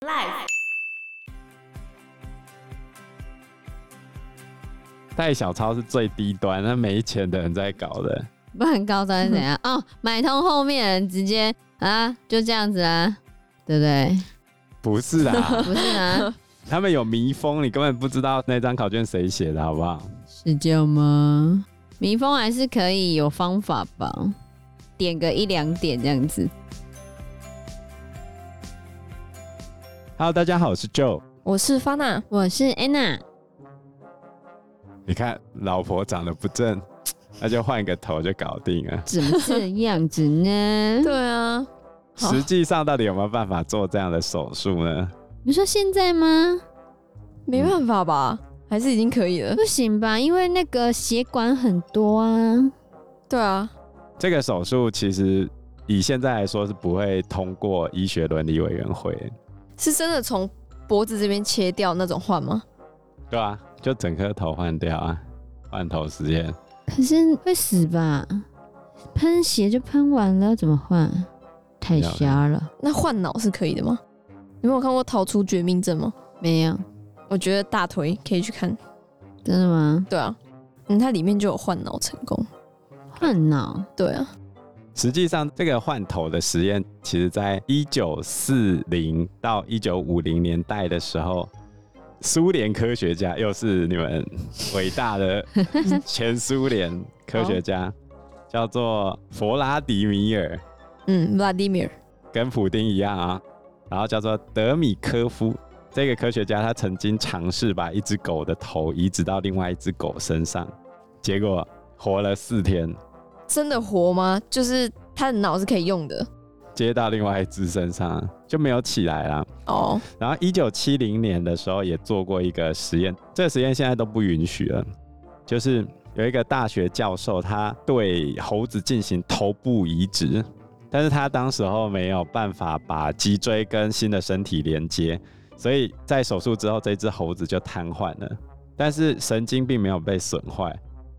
life。带小抄是最低端，那没钱的人在搞的。不然高端是怎样？哦，买通后面人直接啊，就这样子啊，对不对？不是 啦，不是啊，他们有迷封，你根本不知道那张考卷谁写的，好不好？是这样吗？民风还是可以有方法吧，点个一两点这样子。 Hello，大家好，我是 Joe。我是方娜，我是 Anna，你看，老婆长得不正，那就换个头就搞定了。怎么这样子呢？ 对啊，好实际上到底有没有办法做这样的手术呢？你说现在吗？没办法吧？还是已经可以了。不行吧，因为那个血管很多啊。对啊，这个手术其实以现在来说是不会通过医学伦理委员会的，是真的从脖子这边切掉那种换吗？对啊，就整颗头换掉啊，换头实验。可是会死吧？喷血就喷完了，怎么换？太瞎了，那换脑是可以的吗？你们有看过《逃出绝命镇》吗？没有，我觉得大腿可以去看。真的吗？对啊，嗯，它里面就有换脑成功。换脑，对啊，实际上，这个换头的实验，其实在一九四零到一九五零年代的时候，苏联科学家又是你们伟大的前苏联科学家，叫做弗拉迪米尔，嗯，Vladimir，跟普丁一样啊，然后叫做德米科夫。这个科学家他曾经尝试把一只狗的头移植到另外一只狗身上，结果活了四天，真的活吗？就是他的脑是可以用的接到另外一只身上就没有起来了。哦。然后一九七零年的时候也做过一个实验，这个实验现在都不允许了，就是有一个大学教授他对猴子进行头部移植，但是他当时候没有办法把脊椎跟新的身体连接，所以在手术之后这只猴子就瘫痪了，但是神经并没有被损坏，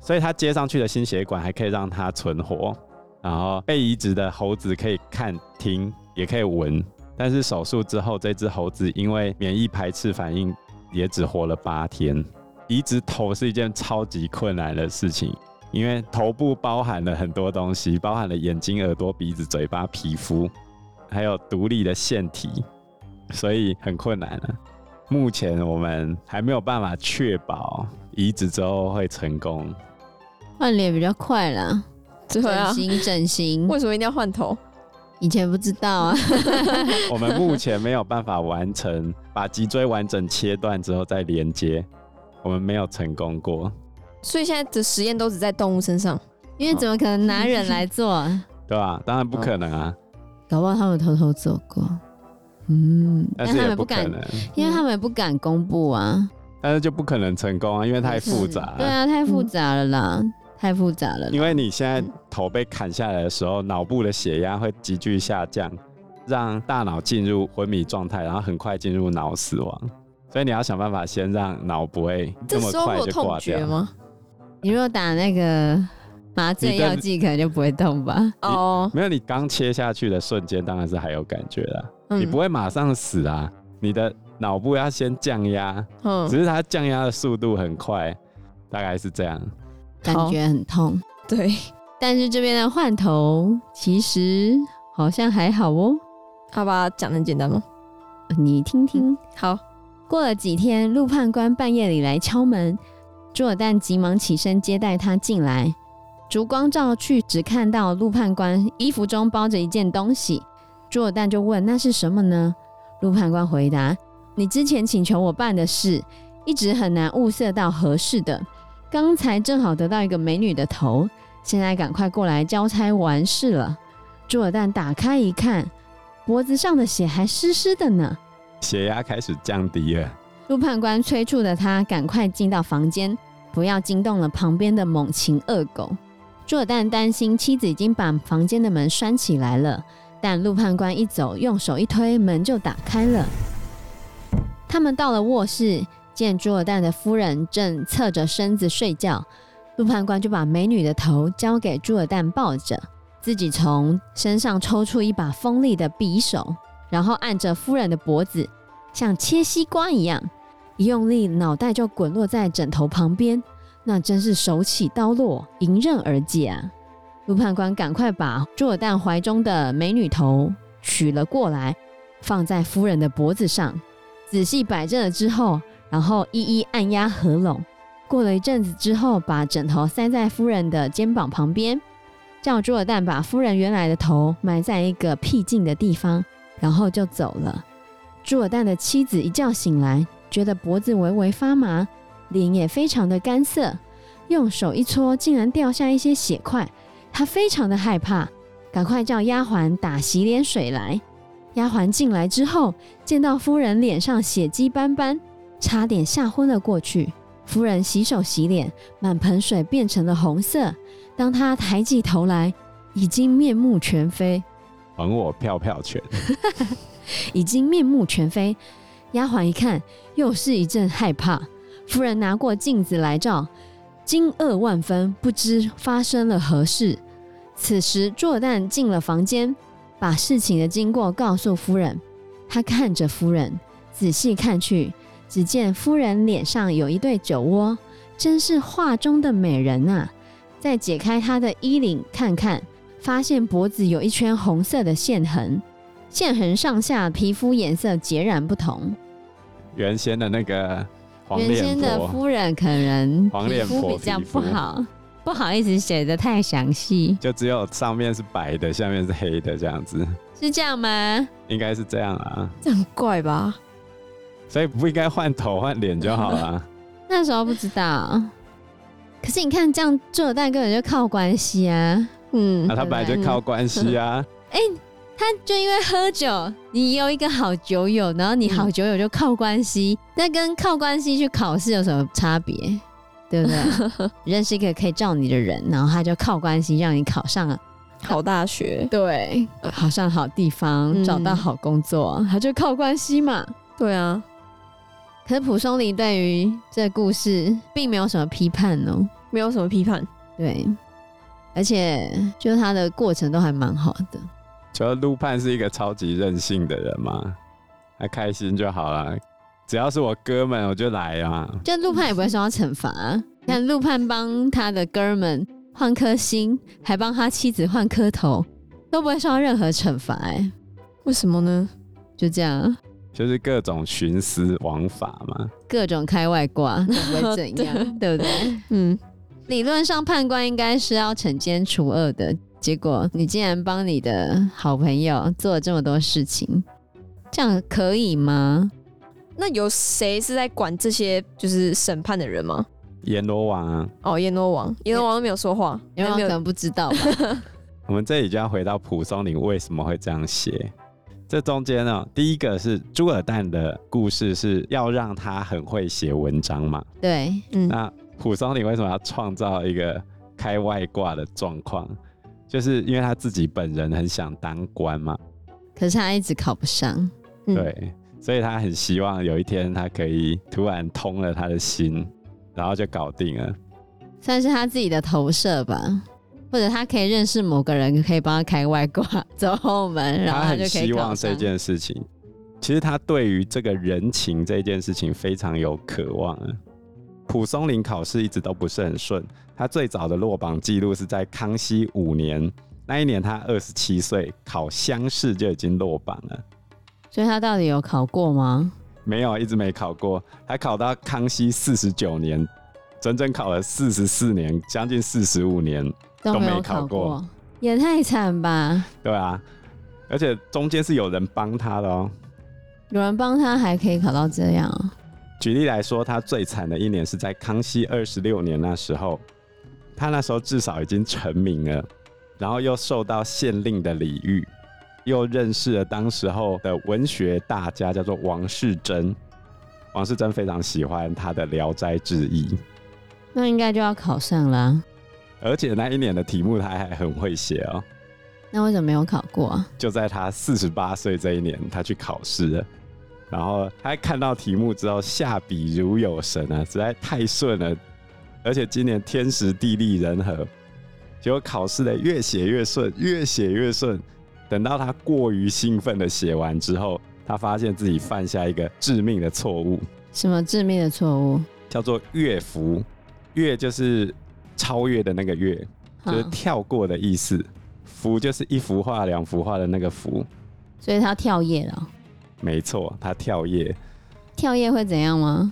所以他接上去的心血管还可以让它存活。然后被移植的猴子可以看、听，也可以闻，但是手术之后，这只猴子因为免疫排斥反应，也只活了八天。移植头是一件超级困难的事情，因为头部包含了很多东西，包含了眼睛、耳朵、鼻子、嘴巴、皮肤，还有独立的腺体，所以很困难啊。目前我们还没有办法确保移植之后会成功，换脸比较快啦。对啊整，形整形，为什么一定要换头？以前不知道啊。 我们目前没有办法完成把脊椎完整切断之后再连接，我们没有成功过。所以现在的实验都只在动物身上。因为怎么可能拿人来做？啊对吧？当然不可能啊， 搞不好他们偷偷做过。嗯，但但是他也们不不可敢，能，因为他们也不敢公布啊，但是就不可能成功啊，因为太复杂对了。啊，太复杂了啦，太复杂了啦。因为你现在头被砍下来的时候，脑部的血压会急剧下降，让大脑进入昏迷状态，然后很快进入脑死亡。所以你要想办法先让脑不会这这么时候会快有就挂掉痛觉。吗？嗯你如果打那个麻醉药剂，可能就不会动吧？哦，没有，你刚切下去的瞬间当然是还有感觉啦，你不会，会马上死啊，你的脑部要先降压，嗯只是它降压的速度很快，大概是这样。感觉很痛。对，但是这边的换头其实好像还好哦，好吧，讲的简单吗？你听听。好，过了几天，陆判官半夜里来敲门，朱尔旦急忙起身接待他进来。烛光照去，只看到陆判官衣服中包着一件东西。朱尔旦就问：“那是什么呢？”陆判官回答：“你之前请求我办的事，一直很难物色到合适的。刚才正好得到一个美女的头，现在赶快过来交差完事了。”朱尔旦打开一看，脖子上的血还湿湿的呢。血压开始降低了，陆判官催促着他赶快进到房间，不要惊动了旁边的猛禽恶狗。朱尔旦担心妻子已经把房间的门拴起来了，但陆判官一走，用手一推，门就打开了。他们到了卧室，见朱尔旦的夫人正侧着身子睡觉，陆判官就把美女的头交给朱尔旦抱着，自己从身上抽出一把锋利的匕首，然后按着夫人的脖子，像切西瓜一样，一用力脑袋就滚落在枕头旁边，那真是手起刀落，迎刃而解啊！陆判官赶快把朱尔旦怀中的美女头取了过来，放在夫人的脖子上，仔细摆正了之后，然后一一按压合拢。过了一阵子之后，把枕头塞在夫人的肩膀旁边，叫朱尔旦把夫人原来的头埋在一个僻静的地方，然后就走了。朱尔旦的妻子一觉醒来，觉得脖子微微发麻，脸也非常的干涩，用手一搓，竟然掉下一些血块，她非常的害怕，赶快叫丫鬟打洗脸水来。丫鬟进来之后，见到夫人脸上血迹斑斑，差点吓昏了过去。夫人洗手洗脸，满盆水变成了红色。当她抬起头来，已经面目全非，还我票票 权。已经面目全非。丫鬟一看，又是一阵害怕。夫人拿过镜子来照，惊愕万分，不知发生了何事。此时，朱尔旦进了房间，把事情的经过告诉夫人。他看着夫人，仔细看去，只见夫人脸上有一对酒窝，真是画中的美人啊！再解开她的衣领看看，发现脖子有一圈红色的线痕。线痕上下皮肤颜色截然不同。原先的那个黄原脸先的婆，夫人可能黄皮脸肤婆比较皮不肤好，不好意思写的太详细，就只有上面是白的，下面是黑的这样子，是这样吗？应该是这样啊。这很怪吧？所以不应该换头换脸就好啊了。 那时候不知道。可是你看，这样做蛋根本就靠关系啊！嗯那、他本来就靠关系啊，嗯他就因为喝酒，你有一个好酒友，然后你嗯好酒友就靠关系，那跟靠关系去考试有什么差别？对 不对？认识一个可以罩你的人，然后他就靠关系让你考上了。好大学，对，考上呃好地方，嗯找到好工作，他就靠关系嘛。对啊，可是蒲松龄对于这故事并没有什么批判哦，没有什么批判，对，而且就是他的过程都还蛮好的，就陆判是一个超级任性的人嘛，他开心就好了。只要是我哥们，我就来啊。就陆判也不会受到惩罚、看陆判帮他的哥们换颗心，还帮他妻子换颗头，都不会受到任何惩罚、哎，为什么呢？就这样就是各种徇私枉法嘛。各种开外挂，都不会怎 样，对不对？嗯，理论上判官应该是要惩奸除恶的，结果你竟然帮你的好朋友做了这么多事情，这样可以吗？那有谁是在管这些就是审判的人吗？阎罗王、啊，哦，阎罗王，阎罗王都没有说话，有人可没有能不知道吧？ 我们这里就要回到蒲松龄为什么会这样写。这中间呢、第一个是朱尔旦的故事是要让他很会写文章嘛。对，嗯那蒲松龄为什么要创造一个开外挂的状况？就是因为他自己本人很想当官嘛，可是他一直考不上， 嗯对，所以他很希望有一天他可以突然通了他的心，然后就搞定了。算是他自己的投射吧。或者他可以认识某个人，可以帮他开外挂，走后门，然后他很就可以希考望这上。件事情，其实他对于这个人情这件事情非常有渴望啊。蒲松龄考试一直都不是很顺，他最早的落榜记录是在康熙五年，那一年他二十七岁，考乡试就已经落榜了。所以他到底有考过吗？没有，一直没考过，还考到康熙四十九年，整整考了四十四年，将近四十五年，都都没没有考考过过，也太惨吧！对啊，而且中间是有人帮他的哦。有人帮他还可以考到这样哦，举例来说，他最惨的一年是在康熙二十六年那时候，他那时候至少已经成名了，然后又受到县令的礼遇，又认识了当时候的文学大家，叫做王世贞。王世贞非常喜欢他的《聊斋志异》，那应该就要考上了啊、而且那一年的题目他还很会写哦。那为什么没有考过啊？就在他四十八岁这一年，他去考试了。然后他看到题目之后，下笔如有神啊，实在太顺了。而且今年天时地利人和，结果考试的越写越顺，越写越顺。等到他过于兴奋的写完之后，他发现自己犯下一个致命的错误，什么致命的错误？叫做越幅。越就是超越的那个越，就是嗯跳过的意思。幅就是一幅画、两幅画的那个幅，所以他跳页了，没错，他跳页。跳页会怎样吗？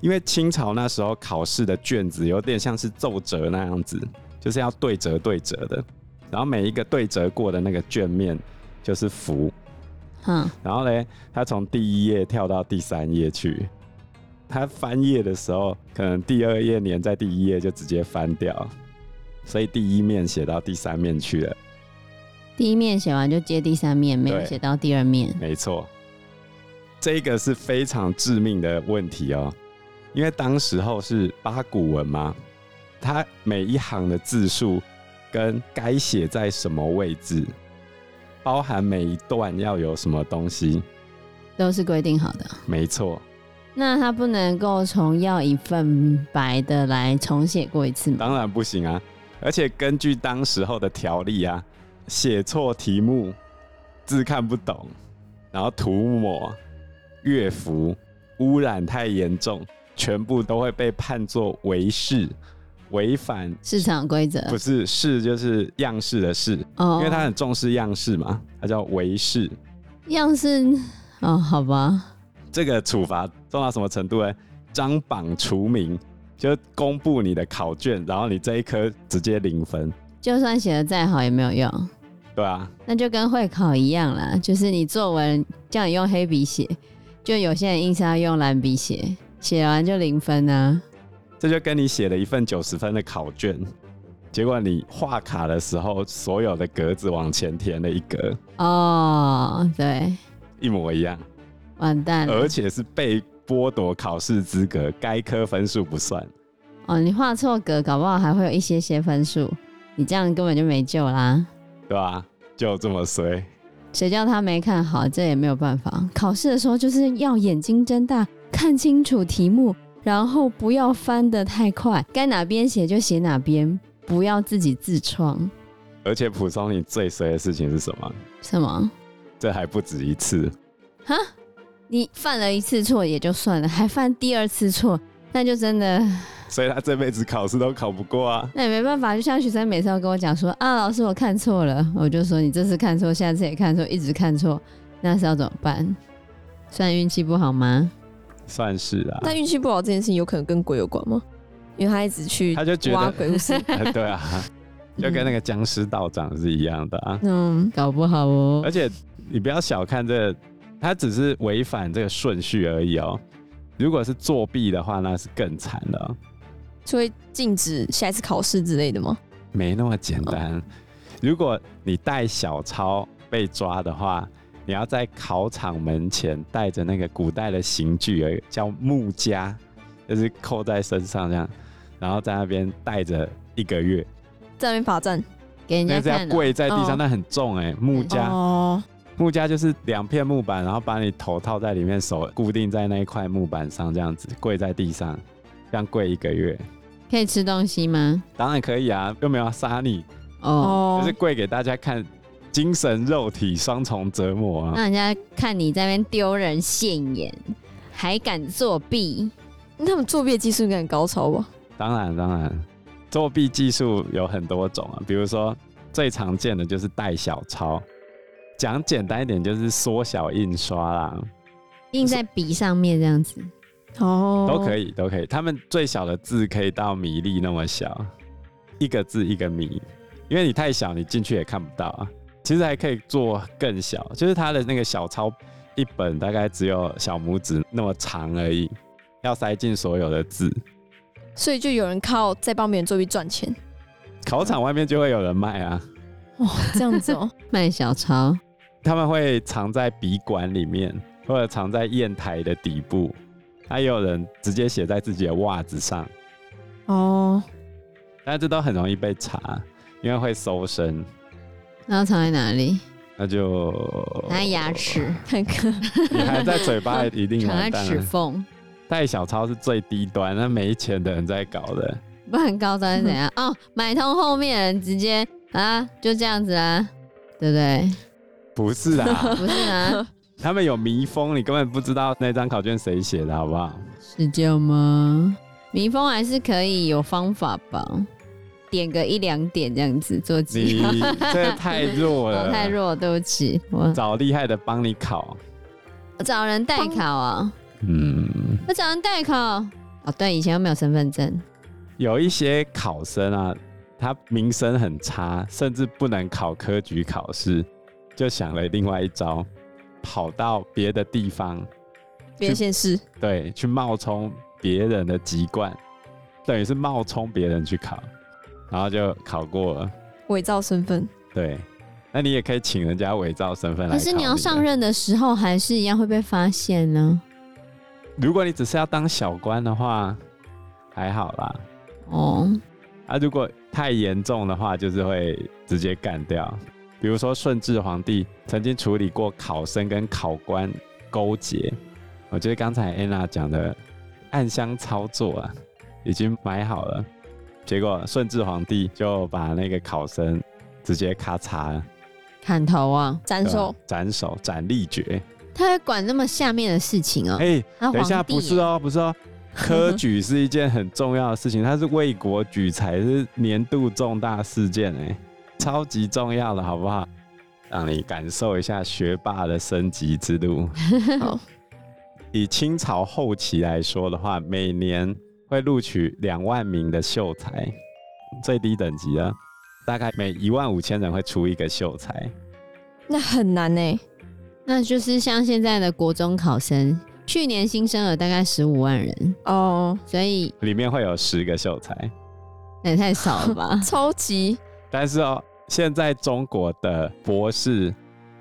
因为清朝那时候考试的卷子有点像是奏折那样子，就是要对折对折的，然后每一个对折过的那个卷面就是幅，嗯，然后嘞，他从第一页跳到第三页去，他翻页的时候，可能第二页粘在第一页就直接翻掉，所以第一面写到第三面去了，第一面写完就接第三面，没有对写到第二面。没错，这个是非常致命的问题哦，因为当时候是八股文嘛，它每一行的字数跟该写在什么位置，包含每一段要有什么东西，都是规定好的。没错，那他不能够重要一份白的来重写过一次吗？ 当然不行啊！而且根据当时候的条例啊，写错题目、字看不懂，然后涂抹、乐服、污染太严重，全部都会被判作违事，违反市场规则不是事就是样式的事，哦，因为他很重视样式嘛，他叫违事。样式哦，好吧，这个处罚重到什么程度呢？张榜除名，就公布你的考卷，然后你这一科直接零分，就算写的再好也没有用，对啊。那就跟会考一样啦，就是你作文叫你用黑笔写，就有些人硬是要用蓝笔写，写完就零分啊。这就跟你写了一份九十分的考卷，结果你画卡的时候，所有的格子往前填了一格，哦，对，一模一样，完蛋嗯了而。且是被剥夺考试资格，该科分数不算。哦，你画错格，搞不好还会有一些些分数，你这样根本就没救啦。对吧？就这么衰，谁叫他没看好，这也没有办法。考试的时候就是要眼睛睁大，看清楚题目，然后不要翻得太快，该哪边写就写哪边，不要自己自创。而且蒲松龄最衰的事情是什么？什么？这还不止一次，哈？你犯了一次错也就算了，还犯第二次错，那就真的，所以他这辈子考试都考不过啊。那也没办法。就像学生每次都跟我讲说啊，老师我看错了，我就说你这次看错，下次也看错，一直看错，那是要怎么办？算运气不好吗？算是啦、但运气不好这件事情有可能跟鬼有关吗？因为他一直去他就觉挖得，鬼故事，哎 对啊，就跟那个僵尸道长是一样的啊。 嗯，搞不好哦。而且你不要小看这个，他只是违反这个顺序而已哦。如果是作弊的话，那是更惨了哦，就会禁止下一次考试之类的吗？没那么简哦单。如果你带小抄被抓的话，你要在考场门前带着那个古代的刑具，呃叫木枷，就是扣在身上这样，然后在那边带着一个月，在那边罚站给人那家是要看、跪在地哦上，那很重哎、木枷。哦，木架就是两片木板，然后把你头套在里面，手固定在那一块木板上，这样子跪在地上，这样跪一个月。可以吃东西吗？当然可以啊，又没有要杀你，哦，哦就是跪给大家看，精神肉体双重折磨啊。让人家看你在那边丢人现眼，还敢作弊，那他们作弊的技术应该很高超吧？当然，当然，作弊技术有很多种啊，比如说最常见的就是带小抄，讲简单一点就是缩小印刷啦，印在笔上面这样子。哦都可以，都可以。他们最小的字可以到米粒那么小，一个字一个米，因为你太小，你进去也看不到啊。其实还可以做更小，就是它的那个小抄一本大概只有小拇指那么长而已，要塞进所有的字。所以就有人靠在帮别人作弊赚 钱，考场外面就会有人卖啊，这样子哦。卖小抄，他们会藏在笔管里面，或者藏在砚台的底部，还有人直接写在自己的袜子上，哦，但这都很容易被查，因为会搜身。然后藏在哪里？那就藏在牙，齿，看看，你还在嘴巴一定藏在 完蛋齿了。缝，带小抄是最低端，那没钱的人在搞的，不然高端是怎 样？哦，买通后面人直接 啊，就这样子啊，对不对？ 不是啦，不是啊，他们有迷封，你根本不知道那张考卷谁写的，好不好？是这样吗？迷风还是可以有方法吧，点个一两点这样子做记你 号。这太弱我了，太。弱，对不起，我找厉害的帮你考，我找人代考啊，嗯，我找人代考。哦，对，以前又没有身份证，有一些考生啊，他名声很差，甚至不能考科举考试，就想了另外一招，跑到别的地方，别县市对，去冒充别人的籍贯，等于是冒充别人去考，然后就考过了。伪造身份，对，啊那你也可以请人家伪造身份来。可是你要上，任的时候还是一样会被发现呢、如果你只是要当小官的话，还好啦。哦，啊，如果太严重的话，就是会直接干掉。比如说顺治皇帝曾经处理过考生跟考官勾结，我觉得刚才安娜讲的暗箱操作啊，已经买好了，结果顺治皇帝就把那个考生直接咔嚓了砍头啊！斩首，斩首、斩立决。他会管那么下面的事情哦、嗯哎、他等一下，皇帝不是耶，哦，不是哦， 科举是一件很重要的事情，它是为国举才是年度重大事件哎，超级重要的，好不好？让你感受一下学霸的升级之路。 好，以清朝后期来说的话，每年会录取两万名的秀才，最低等级啊，大概每一万五千人会出一个秀才。那很难欸呢、那就是像现在的国中考生，去年新生儿大概十五万人，哦，？所以里面会有十个秀才，那也太少了吧 超级但是哦，现在中国的博士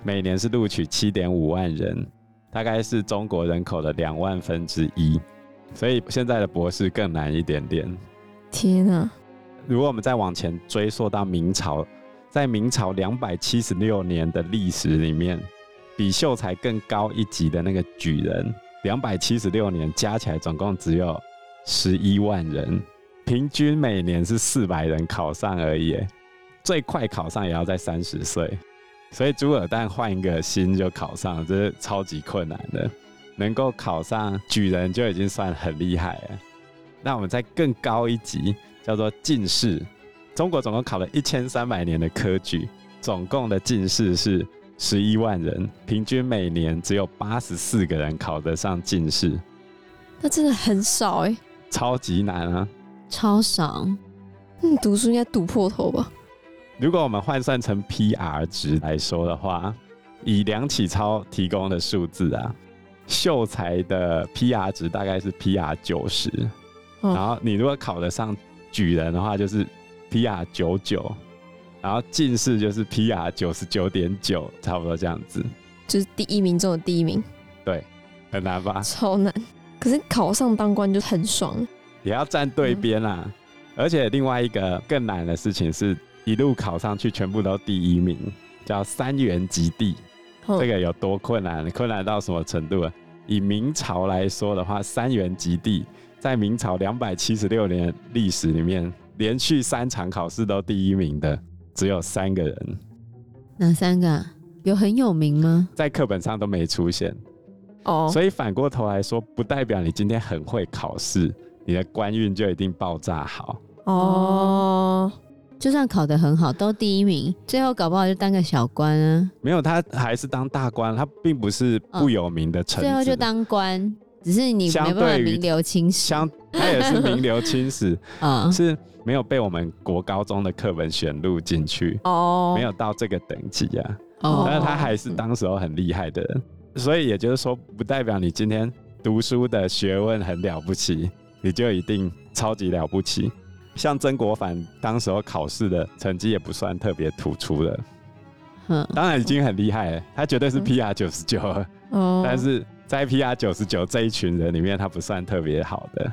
每年是录取七点五万人，大概是中国人口的两万分之一，所以现在的博士更难一点点。天啊，如果我们再往前追溯到明朝，在明朝两百七十六年的历史里面，比秀才更高一级的那个举人，两百七十六年加起来总共只有十一万人，平均每年是四百人考上而已耶，最快考上也要在三十岁，所以朱尔旦换一个新就考上了，这是超级困难的。能够考上举人就已经算很厉害了。那我们再更高一级，叫做进士。中国总共考了一千三百年的科举，总共的进士是十一万人，平均每年只有八十四个人考得上进士，那真的很少哎、超级难啊！超少，嗯，读书应该读破头吧？如果我们换算成 PR 值来说的话，以梁启超提供的数字啊，秀才的 PR 值大概是 PR 九十、嗯然后你如果考得上举人的话，就是 PR 九九，然后进士就是 PR 九十九点九，差不多这样子，就是第一名中的第一名，很难吧？超难。可是考上当官就很爽，也要站对边啦、而且另外一个更难的事情是，一路考上去全部都第一名，叫三元及第。嗯这个有多困难？困难到什么程度啊？以明朝来说的话，三元及第在明朝两百七十六年历史里面，连续三场考试都第一名的只有三个人，哪三个、啊？有很有名吗？在课本上都没出现。哦，所以反过头来说，不代表你今天很会考试，你的官运就一定爆炸好。哦，就算考得很好，都第一名，最后搞不好就当个小官啊，没有，他还是当大官，他并不是不有名的臣子。嗯最后就当官，只是你没办相法对于名留青史相，他也是名流青史，啊。是没有被我们国高中的课本选入进去，哦，没有到这个等级啊。哦但是他还是当时候很厉害的人，所以也就是说，不代表你今天读书的学问很了不起，你就一定超级了不起。像曾国藩当时候考试的成绩也不算特别突出的，嗯当然已经很厉害了，他绝对是 PR 九十九，哦，但是在 PR 九十九这一群人里面，他不算特别好的。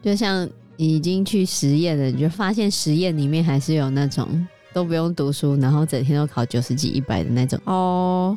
就像已经去实验了，你就发现实验里面还是有那种都不用读书，然后整天都考九十几、一百的那种。哦，